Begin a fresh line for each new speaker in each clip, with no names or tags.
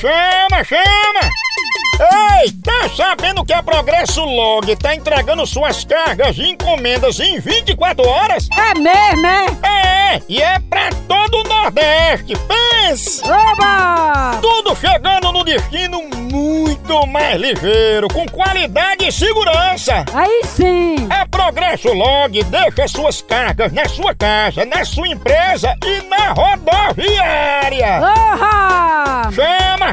chama, chama! Ei, tá sabendo que a Progresso Log tá entregando suas cargas e encomendas em 24 horas?
É mesmo, é?
É, e é pra todo o Nordeste, pense!
Oba!
Tudo chegando no destino muito mais ligeiro, com qualidade e segurança.
Aí sim!
A Progresso Log deixa suas cargas na sua casa, na sua empresa e na rodoviária.
Oha!
Chama,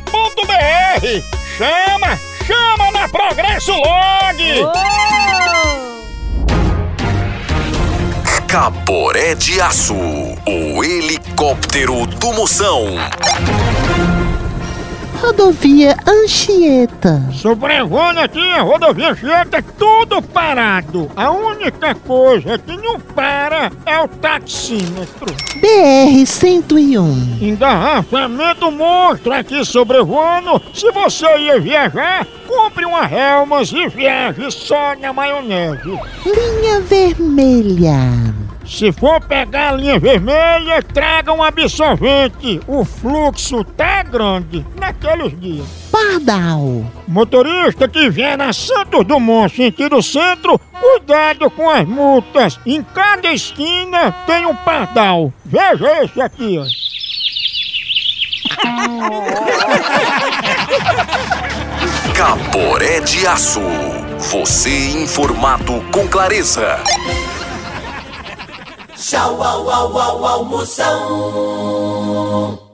progressolog.com.br. Chama, chama na Progresso Log.
Oh!
Caboré de Aço, o helicóptero do Moção.
Rodovia Anchieta.
Sobrevona aqui, a rodovia Anchieta, é tudo parado. A única coisa que não para é o taxímetro.
BR-101.
Engarrafamento monstro aqui sobrevoando. Se você ia viajar, compre uma Helmas e viaje só na maionese.
Linha Vermelha.
Se for pegar a linha vermelha, traga um absorvente. O fluxo tá grande naqueles dias.
Pardal.
Motorista que vier na Santos Dumont sentido centro, cuidado com as multas. Em cada esquina tem um pardal. Veja esse aqui, ó.
Caboré de Aço, você informado com clareza.
Tchau, au, au, au, almoção.